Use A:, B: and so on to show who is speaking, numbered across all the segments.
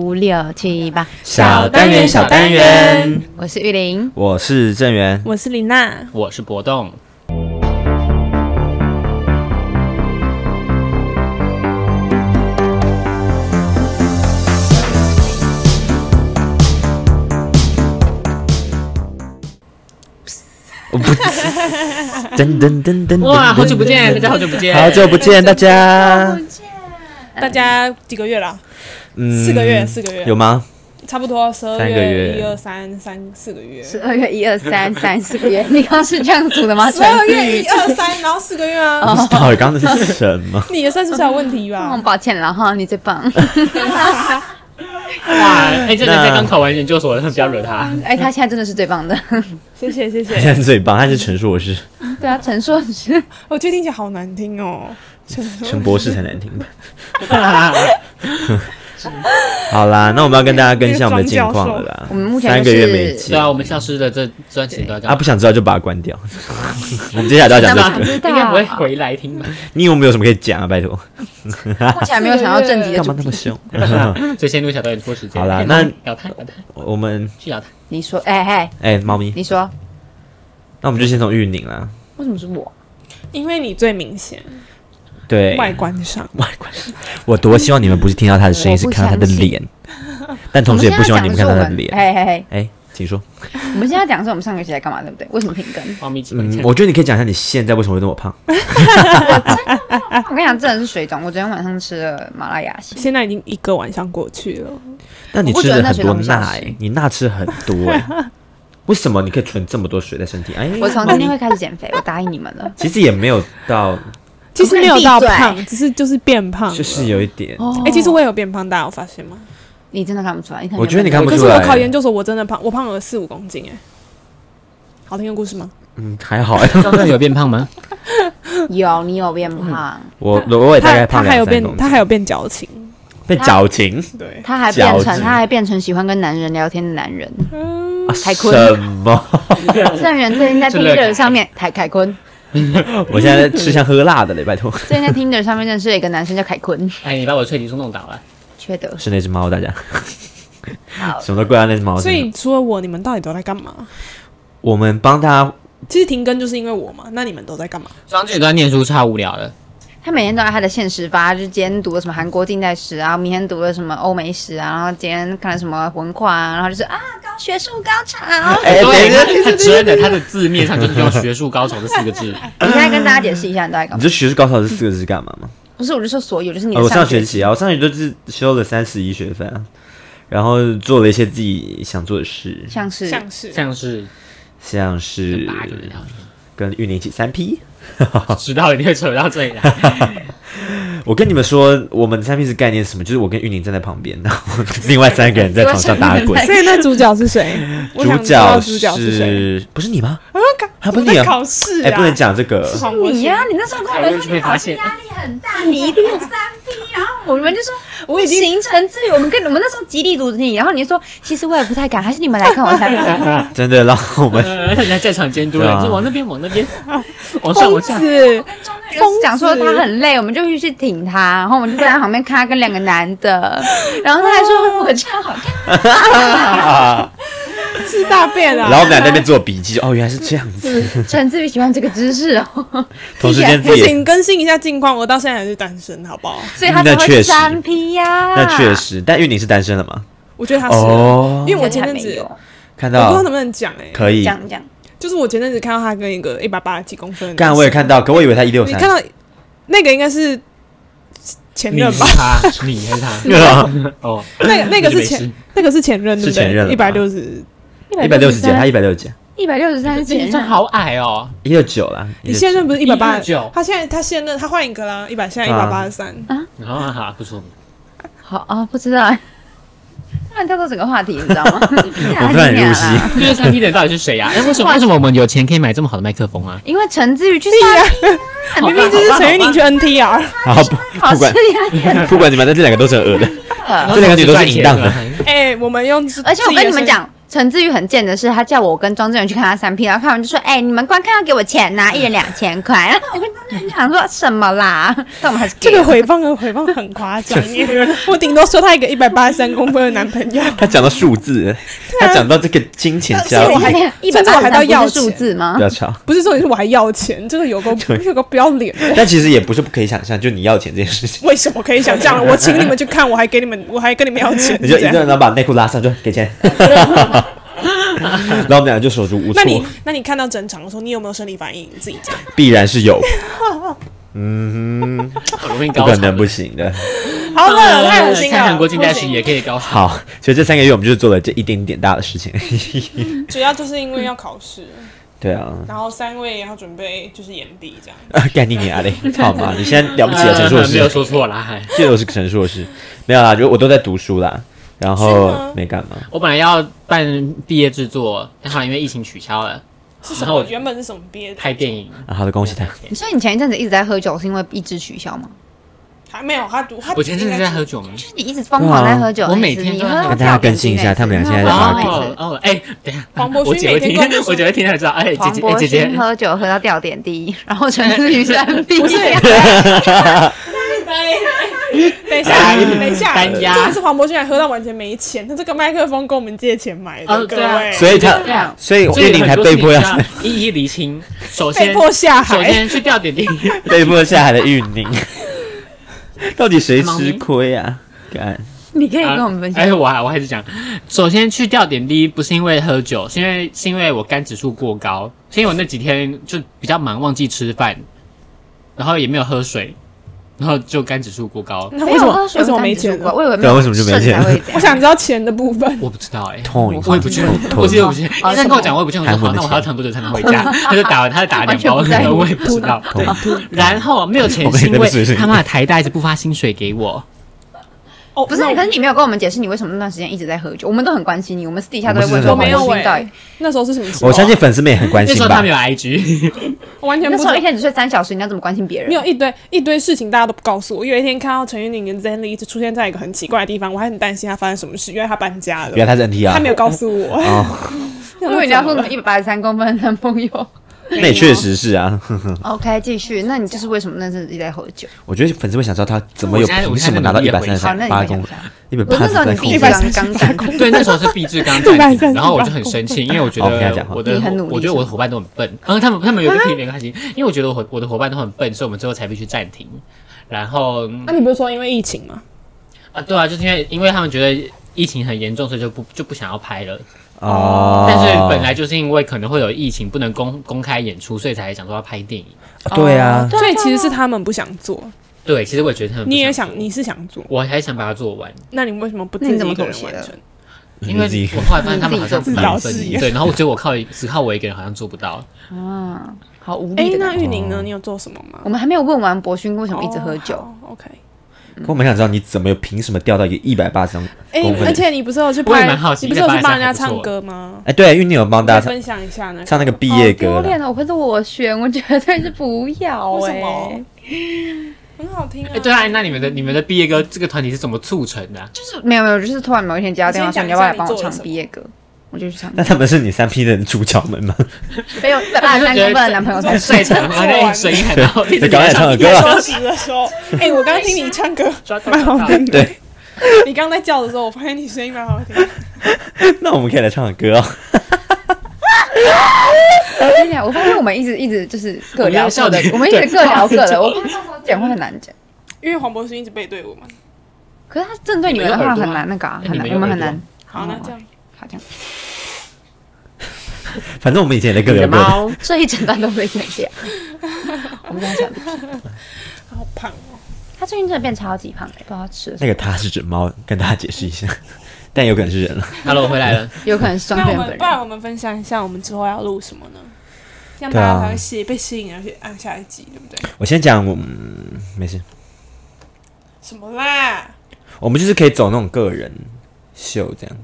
A: 五六七八，
B: 小单元小单元，
A: 我是玉玲。
B: 我是郑源。
C: 我是李娜，
D: 我是博栋，
B: 我不 噔噔噔噔，
D: 哇，
B: 噔
D: 好久不 见，大家好久不见，
B: 好久不见大家，
A: 嗯
C: 大家几个月了？
B: 嗯
C: 四个月四个月
B: 有吗？
C: 差不多十二
B: 三个月
C: 月、一二三三四个月，
A: 十二月一二三三四个月， 你刚刚是这样组的吗？
C: 十二月一二三，然后四个月啊。？
B: 不知道哦刚刚那是什么
C: 你的算术是有问题
A: 哦
C: 吧？
A: 抱歉了哈，你最 棒。
D: 哇，哎，这人
B: 那嗯
D: 才刚考完研究所，不要惹他。
A: 哎，他现在真的是最 棒的。
C: 谢谢谢
B: 现在
C: 谢。
B: 最棒，他是陈述我是
A: 对啊，陈硕是
C: 我觉得听起来好难听哦。陈
B: 陈博士才难听吧？ 好啦，那我们要跟大家更新我们的近况了啦。
A: 我们目前
B: 三个月
A: 就是
B: 没
D: 对
B: 见，
D: 啊，我们消失的这专辑都要
B: 啊，
D: 干
B: 不
D: 嘛？
B: 想知道就把它关掉。 我们接下来都要 讲这
A: 不
B: 个，
A: 知
D: 应该不
A: 道
D: 哎会，回来听吧？
B: 你以为我们有什么可以讲啊？拜托，
A: 目前还没有想到正题的
B: 干
A: 主
B: 嘛那么
A: 题。
B: 凶？
D: 所以先录小导演拖时间。
B: 好啦
D: 哎
B: 那
D: 咬他，咬他，
B: 我们
D: 去咬他。
A: 你说，哎哎，
B: 哎，猫咪，
A: 你说
B: 那我们就先从玉宁啦。
A: 为什么是我？
C: 因为你最明显，
B: 对，
C: 外观上
B: 外观。我多希望你们不是听到他的声音，是看到他的脸，
C: 嗯
B: 但同时也不希望你们看到他的脸。
A: 哎哎哎，
B: 哎，请说。
A: 我们现在讲是我们上个学期在干嘛，对不对？为什么停更？
D: 猫咪几个
B: 嗯
D: 人，
B: 我觉得你可以讲一下你现在为什么会那么胖。
A: 我跟你讲，真的是水肿。我昨天晚上吃了麻辣鸭血，
C: 现在已经一个晚上过去了。
B: 那你吃了
A: 我不觉得
B: 很多
A: 那水龙头
B: 钠
A: 消失
B: 哎，你钠吃很多 哎，为什么你可以存这么多水在身体？哎，
A: 我从今天会开始减肥，我答应你们了。
B: 其实也没有到，
C: 其实没有到
A: 闭嘴
C: 胖，只是就是变胖了。
B: 就是有一点。
A: 哦
C: 哎，其实我也有变胖，大家有发现吗？
A: 你真的看不出来，你可能
B: 我觉得你看不
C: 可
B: 出
C: 是我
B: 来。
C: 考研究所，我真的胖，我胖了四五公斤哎。好听的故事吗？
B: 嗯，还好哎，
D: 刚刚有变胖吗？
A: 有你有变胖，
B: 我我也大概
C: 他
B: 胖
C: 他还有
B: 两三
C: 变，
B: 公
C: 他
B: 斤。
C: 还有变矫情。
B: 被矫情
C: 对，
A: 他还变
B: 矫
A: 成
B: 情
A: 他还变成喜欢跟男人聊天的男人。
B: 啊
A: 太困
B: 什么？
A: 郑源最近在
D: 是
B: 啊
D: 乐凯
A: Tinder 上面，凯凯坤
B: 我现在吃香喝辣的嘞，拜托。
A: 最近在 Tinder 上面认识了一个男生叫凯坤，
D: 哎，你把我脆皮酥弄倒了。
A: 缺德。
B: 是那只猫，大家
A: 好
B: 什么都怪到那只猫身上。
C: 所以除了我，你们到底都在干嘛？
B: 我们帮他，
C: 其实停更就是因为我嘛，那你们都在干嘛？
D: 双姐都在念书，超无聊的。
A: 他每天都在他的现实发，就是今天读了什么韩国近代史啊，明天读了什么欧美史啊，然后今天看了什么文化啊，然后就是啊高学术高潮。
B: 哎等一下
D: 对，他真的，他的字面上就是用“学术高潮”这四个字。
A: 你现在跟大家解释一下你到底干
B: 你
A: 嘛？
B: 这学术高潮这四个字是干嘛吗？
A: 不是，我就说所有，就是你
B: 啊，
A: 的
B: 我上
A: 学
B: 学期啊，我上学期就是修了三十一学分啊，然后做了一些自己想做的事，
A: 像是
C: 像是
D: 像是
B: 像是
D: 八个人聊天，
B: 跟玉宁一起三 P。
D: 迟到一定会扯到这里 来。
B: 我跟你们说，我们三 P 是概念是什么？就是我跟玉宁站在旁边， 然后另外三个人在床上打滚。
C: 所以那主角是谁？ 我想知道
B: 角
C: 主角是谁？
B: 是不是你吗？
C: 啊，搞
B: 啊不是
C: 我在
B: 你啊
C: 考试
B: 哎，
C: 啊，
B: 不能讲这个。
C: 是黄国
A: 你
C: 贤
A: 呀、你那时候跟我
D: 讨
A: 们
D: 论
A: 说
D: 就会
A: 你
D: 呃发
A: 考试
D: 现
A: 压力很大，你一定有三 P，然后我们就说
C: 我已经
A: 行程之旅，我们跟我们那时候极力阻止你，然后你就说其实我也不太敢，还是你们来看我 三 P。
B: 真的让我们
D: 呃，大家在场监督
B: 对啊
D: 了，就往那边，往那边，往上，
C: 疯
D: 往下。
C: 子，
A: 就是讲说他很累，我们就一直去挺他，然后我们就在他旁边看他跟两个男
B: 哦
A: 的，然后他还说我这样好看，
B: 啊，
C: 是大便啊！
B: 然后我 们俩在那边做笔记，哦，原来是这样子。
A: 陈志宇喜欢这个姿势哦，
B: 同时间自
C: 不
B: 己也，
C: 行，更新一下近况，我到现在还是单身，好不好？
A: 所以他才
B: 那确
A: 会
B: 实
A: 三啊 P 呀、
B: 那确，实，但玉宁是单身了吗？
C: 我觉得他是，啊
B: 哦
C: 因为我前阵
A: 没
C: 子
A: 有
B: 看
C: 我不知道
B: 到
C: 能不能讲哎，
B: 可以，
A: 讲讲，
C: 就是我前阵子看到他跟一个一百八十几公分的，
B: 干我也，看到，可我以为他一六
C: 你
B: 三，
C: 看到那个应该是前
D: 你
C: 任
D: 是
C: 吧？
D: 他，你还是 他？
B: 啊
D: 哦，
C: 那个那个是
D: 你
C: 前
D: 没事
C: 那个是前任，对
B: 是
C: 不
B: 前任
C: 对？
B: 了
C: 一
B: 吧
C: 百六十，
B: 一百六十几，他一百六十几，
A: 一百六十三
D: 这女
A: 前
D: 生好矮哦，
B: 一六九啦。
C: 你现任不是一百八
D: 189
C: 他现在他现任他换一个啦，一百现在一百八
B: 啊
C: 十三，
D: 好好好，不错。
A: 好啊、不知道。 突然跳到整个话题，你知道吗？ 我
B: 我突然入戏，
D: 就是三 P 的人到底是谁呀？ 哎，为什么为什么我们有钱可以买这么好的麦克风啊？
A: 因为陈志宇去三 P，
D: 好吧
C: 明明就是陈玉宁去 NTR。
B: 好不
A: 考
B: 不
A: 试
B: 管
A: 呀，
B: 不 管怎么样，但这两个都是很恶的。
D: 好吧
B: 这两个女都是淫荡的
D: 然后同时赚钱
C: 哎、我们用自，
A: 而且我跟你们
C: 自己的声音，
A: 讲，陈志宇很贱的是，他叫我跟庄志远去看他三 P，然后看完就说：“哎、你们观看要给我钱呐、一人两千块。”然后我跟庄志远讲说什么啦？ 但我们还是
C: 这
A: 给
C: 个
A: 了
C: 回放的回放很夸 张耶！我顶多说他一个一百八十三公分的男朋友，
B: 他讲到数字，他讲到这个金钱
C: 但
B: 交
C: 啊是我
B: 易，
C: 还
A: 一百
C: 甚至我还到
A: 八
C: 要
A: 十数
C: 钱
A: 字吗
B: 不？要吵。
C: 不是重点是我还要钱，这个有 个
B: 对
C: 有个不要脸的。
B: 但其实也不是不可以想象，就你要钱这件事 情，
C: 为什么可以想这样？我请你们去看，我还给你们，我还跟你们要钱，
B: 你就
C: 这
B: 一
C: 样
B: 个人要把内裤拉上，就给 钱。然后我们两个就手足无
C: 那你
B: 措，
C: 那你看到整场的时候，你有没有生理反应？你自己讲。
B: 必然是有，
D: 很容易
B: 不
D: 高
B: 可
D: 潮。
B: 能不行的。
C: 好了，太恶心了。
D: 看韩国近代史
C: 不行
D: 也可以高潮。
B: 好，所以这三个月我们就是做了这一点点大的事情。
C: 主要就是因为要考试，
B: 对啊，
C: 然后三位也要准备就是延毕这样。
B: 啊 干你娘 嘞！操妈，你现在了不啊起了，陈硕
D: 呃没有
B: 士，
D: 说错啦，还
B: 这都是陈硕士，没有啦，啊就我都在读书啦，然
C: 是吗
B: 后没干嘛。
D: 我本来要办毕业制作，但好像因为疫情取消了，
C: 是什
D: 然后
C: 么
D: 我？
C: 原本是什么毕业的？
D: 拍电影。
B: 啊，好的，恭喜他。
A: 你说你前一阵子一直在喝酒，是因为一直取消吗？
C: 还啊没有，他读他
D: 我前阵子
C: 应
D: 在
C: 该
D: 喝酒吗？
A: 就是你一直疯狂在喝酒，
D: 对啊我
A: 那
D: 每
A: 一次
D: 天
A: 你
D: 都在
A: 喝
D: 喝
A: 到
B: 跟大家
A: 掉眼
B: 更新一
A: 睛
B: 下
A: 那
B: 他们俩
A: 次
B: 现在在
A: 喝
B: 哪
A: 到
B: 里
A: 掉眼
D: 哦
A: 睛
D: 哦，哎，等一下，
C: 黄柏
D: 我
C: 勋
D: 姐会
C: 每天
D: 听
C: 跟我就，说
D: 我姐会听才知道。哎，姐
A: 黄
D: 姐，哎，
A: 柏
D: 姐
A: 勋
D: 姐，
A: 喝酒喝到掉点滴，然后陈思雨生病。
C: 不是等一下，等一下，
D: 单压
C: 真的是黄柏勋还喝到完全没钱，他这个麦克风跟我们借钱买的，
D: 哦
C: 各
D: 对啊
C: 位，
B: 所以他
D: 对啊，
B: 所以岳宁才被迫要
D: 一一厘清。首
C: 被
D: 先，
C: 迫下
D: 首
C: 海。
D: 先去掉点滴。啊
B: 被迫下海的玉宁，到底谁吃亏啊？干，
A: 你可以
D: 啊
A: 跟我们分享。
D: 哎，我还我还是讲，首先去掉点滴不是因为喝酒，是因为是因为我肝指数过高，是因为我那几天就比较忙，忘记吃饭，然后也没有喝水，然后就肝指数过高。
C: 那
A: 没
C: 为什
A: 有
C: 么
A: 喝
C: 为
A: 水
C: 什么没
A: 我
C: 钱
A: 刚
C: 呢
A: 刚？啊我以为
B: 对啊为什么就没
A: 肾
B: 钱
A: 才 会这样
C: 我想知道钱的部分。
D: 我不知道哎、
B: 痛
D: 我也不确定，
B: 痛
D: 我记得我不确定。
A: 哦
D: 医生跟我讲，我也不确定。我
B: 韩
D: 说
B: 文
D: 好，
B: 的
D: 那我还要
B: 钱
D: 躺多久才能回家？他就打，他就打了两包
A: 完全不在
D: 那
A: 意
D: 个，我也不知道。对，然后没有钱
B: 我
D: 是
B: 没
D: 因
B: 那么
D: 为
B: 随性
D: 他妈的台大一直不发薪水给我，
C: 哦，
A: 不是，
C: 那
A: 可是你没有跟我们解释你为什么那段时间一直在喝酒，我们都很关心你，我们私底下都会欸问
B: 我
A: 说
C: 我
B: 们
C: 没
B: 是
C: 有
A: 黄柏
D: 欸
C: 哎、
A: 勋到底
C: 那时候是什么时候啊？
B: 我相信粉丝们也很关
D: 那
B: 心
D: 时候他
B: 吧
D: 没。有 IG，
C: 我完全
A: 那
C: 不知
A: 时候
C: 道
A: 一。天只睡三小时，你要怎么关心别人？
C: 没有一堆一堆事情大家都不告诉我。有一天看到陈玉宁跟 Zenly 一直出现在一个很奇怪的地方，我还很担心他发生什么事，因为他搬家了
B: 原，来他是 NT
C: 他没
B: 啊，
C: 有告诉 我。啊
B: 哦，
A: 我以为你要说什么一百八十三公分的男朋友。
B: 那也确实是啊。
A: OK，继续。那你就是为什么那阵子一直在喝酒？
B: 我觉得粉丝会想知道他怎么有
D: 我现在
B: 凭什么拿到一百三十
A: 好，那你
B: 八
A: 分享
B: 公
A: 一下。，
B: 分一百
A: 我
B: 八
A: 那
B: 十
A: 时候
B: 三
A: 你
B: 公
A: 毕志刚刚站
B: 分，
A: 起来，
D: 对，那时候是毕志刚暂
C: 138公
D: 停，
C: 分
D: 然后我就很生气，因为我觉
B: 哦跟他讲
D: 得
B: 话
D: 我
A: 你
D: 的
A: 很努力啊
D: 我觉得我的伙伴都很笨，嗯，他们他们有一个可以没关系，因为我觉得我伙我的伙伴都很笨，所以我们最后才必须暂停。然后嗯
C: 那你不是说因为疫情吗？
D: 啊，对啊，就是因为因为他们觉得疫情很严重，所以就不就不想要拍了。
B: 哦，
D: 但是本来就是因为可能会有疫情，不能公公开演出，所以才想说要拍电影。
B: 对啊，
C: 所以其实是他们不想做，
D: 对，其实我也觉得他们不
C: 你也
D: 想做
C: 想，，你是想做，
D: 我还想把它做完，
C: 那你为什么不自
A: 那
C: 己
A: 你怎么
C: 一个人
A: 妥协啊
C: 完
A: 的
C: 成？
D: 因为
B: 自己
D: 我后来发现他们好像
C: 自己
D: 不
C: 自导自
D: 己
C: 演
D: 对，然后我觉得我靠只靠我一个人好像做不到，
A: 嗯，好无
C: 哎
A: 力，的感
B: 啊
C: 那
A: 觉。
C: 玉宁呢？你有做什么吗
A: 我？们还没有问完博勋为什么一直喝酒。
C: 哦好？OK。
B: 我蛮想知道你怎么有凭什么掉到一一百八十三
C: 哎
B: 公，分
C: 而？且你不是有去
D: 我也
C: 拍
D: 蛮好，奇
C: 你不是有去
D: 183
C: 帮人家
D: 还不
C: 唱
D: 错
C: 歌吗？
B: 哎，对，因为你有帮大
C: 来
B: 家唱
C: 分享一下呢。
B: 唱那个毕业
A: 好
B: 歌
A: 丢脸
B: 了，
A: 哦！我会落选，我绝对是不要
C: 为
A: 哎、
C: 什么很好听啊
D: 哎，！对啊，那你们的你们的毕业歌这个团体是怎么促成的啊？
A: 就是没有没有，就是突然某一天接到电话说
C: 你先讲
A: 你要不要来帮
C: 一
A: 我
C: 下你做了
A: 唱
C: 什么
A: 毕业歌，我就去唱。
B: 那他们是你三 P 的主角们吗？
A: 没 有一百八十三公分的男朋友才是。
D: 晒场，然后那声音很好， 一直
B: 赶快唱个
C: 你
B: 歌
C: 在
B: 啊
C: 休息的时候，哎，我刚刚听你唱歌，
D: 抓到
C: 蛮好听 的。
B: 对，
C: 你刚刚在叫的时候，我发现你声音蛮好听。
B: 那我们可以来唱个歌哦。
A: 我跟你讲，我发现我们一直一直就是各聊各的，我
D: 我
A: 们
D: 们
A: 一
D: 要笑
A: 直各聊各 的，我怕到时候讲话很难讲。
C: 因为黄博勋一直背对我嘛。
A: 可是他针对你们的话很难那个、啊，很难，我们很难。
D: 嗯
C: 好，那这样
A: 好像
B: 反正我们以前也在各
D: 你的
B: 聊各的。
D: 猫，
A: 这一整段都被剪掉。我们这样讲，
C: 好胖哦。
A: 他最近真的变超级胖了，不知道吃了什
B: 那
A: 么，
B: 个它是指猫，跟大家解释一下， 但有可能是人了。啊
D: Hello，我回来 了。
A: 有可能是双
C: 那我
A: 面本
C: 们不然
A: 人。
C: 我们分享一下我们之后要录什么呢？这样
B: 对
C: 大
B: 啊
C: 家才会吸被吸引，而去按下一集，对不对？
B: 我先讲，我嗯，没事，
C: 什么啦？
B: 我们就是可以走那种个人秀这样，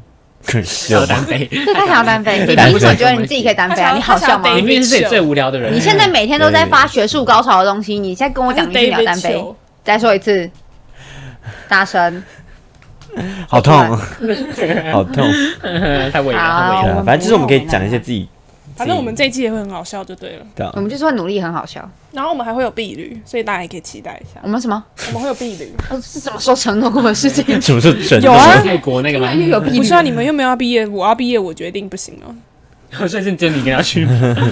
B: 个人秀
D: 小单飞，
A: 对他想要单飞，你
D: 单飞
A: 凭什么觉得你自己可以单飞啊？你好笑吗
C: 他想要？
D: 你明明是自己最无聊的人。
A: 你现在每天都在发学术高潮的东西，你现在跟我讲你
C: 还
A: 去
C: 是
A: 聊
C: David
A: 单飞
C: Cho，
A: 再说一次，大声。
B: 好痛， 好痛。
D: 太
A: 好
B: 对
D: 伟了，太伟了。
B: 啊，
A: 们
B: 反正就是我们可以讲一些
A: 不要
B: 自己，
C: 反正我们这一季也会很好笑就对了。
B: 对啊
A: 我们就是会努力，很好笑。
C: 然后我们还会有婢女，所以大家也可以期待一下
A: 我。们什么？
C: 我们会有婢女，
A: 哦是什么时候承诺过的事情？
B: 什么时候整
C: 有啊
D: 泰国那个吗？
A: 又有屁
C: 不是啊，你们又没有要毕业，我要毕业，我决定不行了。
D: 所以是真的你跟他去。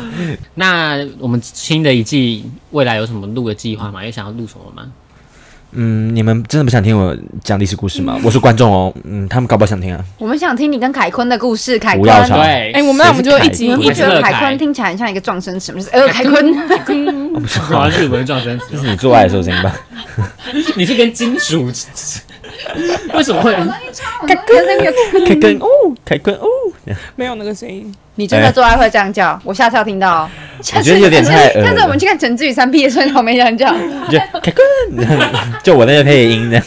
D: 那我们新的一季未来有什么录的计划吗？有想要录什么吗？
B: 嗯，你们真的不想听我讲历史故事吗？我是观众哦，嗯，他们搞不好想听啊。
A: 我们想听你跟凯坤的故事。凯
B: 不要吵
A: 坤，
D: 对，
C: 哎，我们那我们就一
A: 你
C: 集
A: 们
D: 凯
A: 不觉得
D: 我是乐凯
A: 凯坤听起来很像一个撞声词吗？就是呃，凯坤，
D: 我不是 好像是文撞声词，
B: 是你做爱的时候的声音吧？
D: 你是跟金属？ 为什么会？
A: 凯坤，
B: 开根哦，开根哦，
C: 没有那个声音，
A: 你真的做爱会这样叫？我下次要听到哦。下
B: 我觉
A: 次
B: 得有点太恶了
A: 下次我们去看陈志宇三 P 的时候，我没这 样叫，
B: 就开根， 就我那个配音的。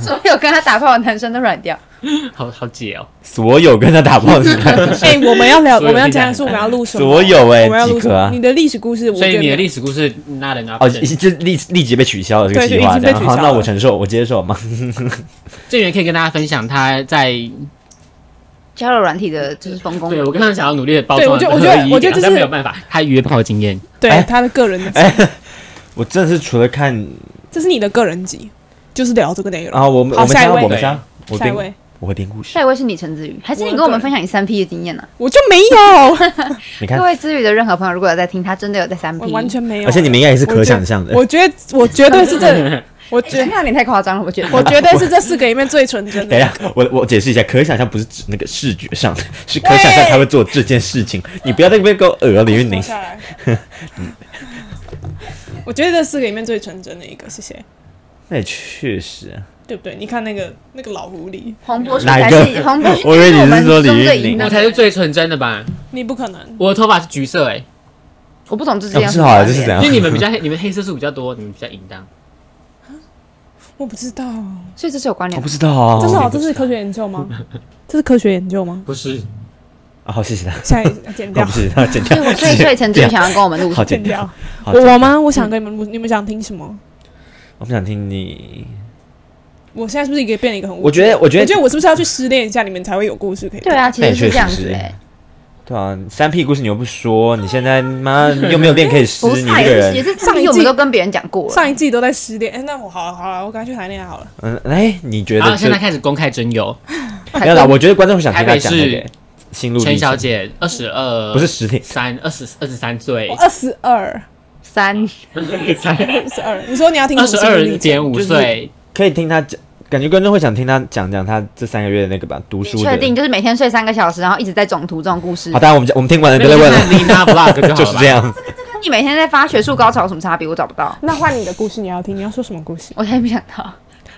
A: 所有跟他打炮的男生都软掉。
D: 好好解哦。
B: 所有跟他打炮的人，
C: 哎，我们要 聊，
D: 所
C: 我
D: 有
C: 们要
D: 听起来
C: 讲的是我们要录什么？
B: 所有哎
C: 我们要录
B: 几
C: 什
B: 个啊
C: 么？你的历史故事，我
D: 所以
C: 觉
D: 你的
C: 得
D: 历史故事 not enough
B: 哦， 就立立即被取消了这个
C: 对
B: 计划，
C: 就已经
B: 这
C: 被
B: 样
C: 取
B: 好，
C: 消
B: 那我
C: 了
B: 承受，我接受嘛。
D: 郑源可以跟大家分享他在
A: 交友软体的就是丰功
D: 对我刚刚想要努力的包
C: 对
D: 装
C: 我觉
D: 得
C: 得
D: 合理一
C: 我
D: 点，
C: 觉得我觉得这
D: 但
C: 是
D: 没有办法，他约炮经验。
C: 对
B: 哎
C: 他的个人的，
B: 哎，我真的是除了看
C: 这是你的个人集，就是聊这个内容。
B: 啊，我们
C: 好
B: 我们
C: 下一
B: 家
C: 位
B: 我们家，我
C: 下一
B: 编
C: 位，
B: 我会编故事
A: 下，一位是你陈子宇，还是你跟我们分享你三 P 的经验呢、
C: 我就 没有，
B: 你看
A: 各，位子宇的任何朋友，如果有在听，他真的有在三
C: 我
A: P，
C: 完全没有。
B: 而且你们应该也是
C: 我
B: 可
C: 觉
B: 想象的。
C: 我觉得我绝对是 这，我
A: 觉
C: 绝
A: 得你太夸张了，我觉 得。
C: 我绝对是这四个里面最纯真
B: 等一
C: 的。
B: 下，我我解释一下，可以想象不是指那个视觉上的，是可以想象他会做这件事情。你不要在那边给我讹李运
C: 我
B: 宁，
C: 下来。 我觉得这四个里面最纯真的一个，谢谢，
B: 那也确实啊，
C: 对不对？你看那个那个老狐狸，
A: 黄渤是
B: 哪
A: 才
B: 一个
A: 是黄渤
B: 我以为你是
A: 们
B: 说李
A: 中
B: 玉
A: 最
B: 宁
A: 赢
D: 我
A: 的
D: 才是最纯真的吧？
C: 你不可能，
D: 我的头发是橘色哎，
A: 我不懂这之
B: 那
A: 间
B: 不
A: 有什么
B: 哦是好
A: 关
B: 了，
A: 联
B: 这是
C: 啊
B: 怎样
D: 因为？你们比较黑，你们黑色素比较多，你们比较淫荡。
C: 我不知道，
A: 所以这是有关
B: 我
A: 联
B: 哦不
A: 的。
B: 知道啊，
C: 真的哦，这是科学研究吗？这是科学研究吗？
D: 不是，
B: 啊，好谢谢他，
C: 下一 剪
B: 我
C: 掉
B: 哦不，是他剪掉
A: 所以，我所以所以陈子宇想要跟我们录
B: 好
C: 剪
B: 剪
C: 掉
B: 掉，。好
C: 我
B: 剪
C: 我
B: 掉
C: 吗？我想跟你们录，你们想听什么？
B: 我不想听你，
C: 我现在是不是一个变了一个很无？
B: 我觉得我觉
C: 我
B: 得
C: 觉得我是不是要去失恋一下，你们才会有故事可以？
A: 对，啊，其
B: 那也
A: 实是
B: 确
A: 这样
B: 实
A: 子
B: 是
A: 哎、
B: 对啊，三屁故事你又不说，你现在妈又没有练可以湿，
A: 不是
B: 你
A: 啊，
B: 这
A: 也
B: 个
A: 是也
B: 人，
A: 是
C: 上一季
A: 我们都跟别人讲过了。
C: 上一季都在失恋，哎，那我好了好了，我赶快去谈恋爱好了。
B: 嗯，哎，你觉
D: 然
B: 得
D: 后现在
B: 这
D: 开始公开征友，
B: 没有啦？我觉得观众会想听
D: 台
B: 他
D: 北
B: 讲那
D: 市
B: 个心路
D: 陈
B: 历
D: 小
B: 程，
D: 姐二十二，
B: 不是实体，
D: 三二十二十三岁
B: 哎
C: 我， 二十二，
A: 三，
C: 哦二十二，你说你要听
D: 二十
C: 什么心 路
D: 二
C: 历程？
D: 点五岁，
B: 可以听他讲，感觉观众会想听他讲讲他这三个月的那个吧，读书
A: 你确
B: 的。
A: 定就是每天睡三个小时，然后一直在总图这种故事
B: 好，？当然我们讲我们听完了
D: 那
B: 别
D: 个
B: 再
D: 就
B: 问
D: 看
B: 了，
D: Lina Vlog 就
B: 就
D: 好
B: 是
D: 了
B: 这。样。
A: 跟你每天在发学术高潮有什么差别？我找不到，
C: 那换你的故事，你要听，你要说什么故事？
A: 我才没想到，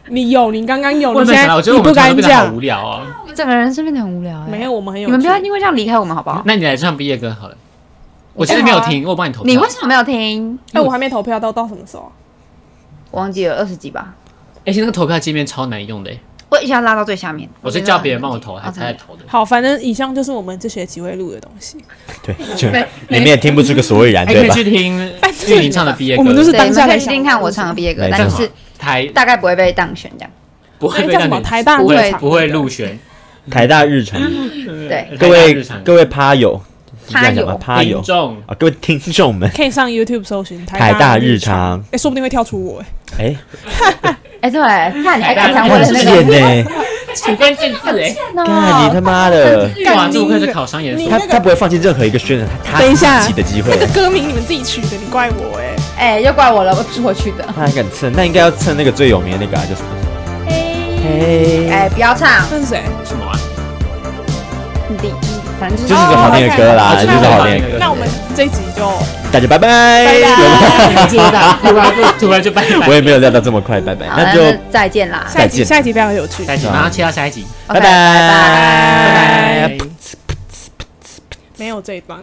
C: 你有，你刚刚有，
D: 我也
C: 你
D: 没
C: 现
D: 想到，我
C: 在
D: 觉得
C: 你
D: 我们
C: 不
D: 常常
C: 敢
D: 变得好无
C: 讲，
D: 聊哦。
A: 整个人生变得很无聊哎、
C: 没有，，我们很有
A: 你
C: 趣。
A: 们不要因为这样离开我们好不好？
D: 那你来唱毕业歌好了。我其实没有听，我帮你投票。
A: 你为什么没有听？
C: 哎，我还没投票到，到什么时候啊？
A: 我忘记了二十几吧，
D: 而哎且那个投票界面超难用的，
A: 我一下拉到最下面。
D: 我是
A: 觉得
D: 叫
A: 很
D: 别人帮我
A: 难
D: 投，
A: 听
D: 还
A: 哦
D: 才来投的。
C: 好，反正以上就是我们这学期会录的东西。
B: 对，就你们也听不出个所以然，
D: 哎，可
B: 对
D: 以
B: 吧
D: 去？听玉林唱的毕业歌，
C: 我们都是
A: 对，你
C: 当下
A: 们可
C: 来
A: 以
C: 想
A: 听听看我唱的毕业歌，
B: 没
A: 但
B: 错
A: 就是
D: 台
A: 大概不会被当选这样。
D: 不
C: 那
D: 会
C: 个
D: 被
C: 哎叫
D: 让
C: 什
D: 你
C: 么？台大
A: 不
D: 不
A: 会
C: 入
D: 会
C: 场
D: 不会入选。
B: 台大日常，
D: 嗯
A: 对，
B: 各位各位趴友，是这
A: 趴友
B: 样讲吗？趴友
D: 听众
B: 啊，各位听众们，
C: 可以上 YouTube 搜寻
B: 台
C: 大
B: 大日。常，
C: 哎，说不定会跳出我哎。
B: 哎，
A: 哎，对，看你还敢想我
B: 看
A: 的
B: 这
A: 那
B: 眼
A: 个，
B: 呢，
D: 请关键字哎，
B: 干你他妈的，
D: 玉华不愧是考商研所
C: 你，
B: 他他不会放弃任何一个宣传他
C: 等一下
B: 自己的机会
C: 这，个哎歌名你们自己取的，你怪我哎。
A: 哎，又怪我了，我是我去的。
B: 他还敢蹭，那应该要蹭那个最有名的那个啊，叫什么？
A: 哎，
B: 哎，
A: 不要唱，
C: 那是谁？
D: 什么啊？
A: 你就是反正就
B: 就是是个好听的歌啦，
D: 哦
B: 就是个好听的
D: 对
B: 歌。
C: 那我们这一集就
B: 大家拜拜，
D: 突然就突然就拜
B: 我也
D: 拜。
B: 没有料到这么快，拜拜，
A: 好
B: 那就
A: 那再见啦。
C: 下一
B: 再
C: 集，
B: 见
C: 下一集非常有趣。
D: 下一集马上切到下一集，
A: OK，
B: 拜拜
A: 拜拜
D: 拜拜。
C: 没有这一段。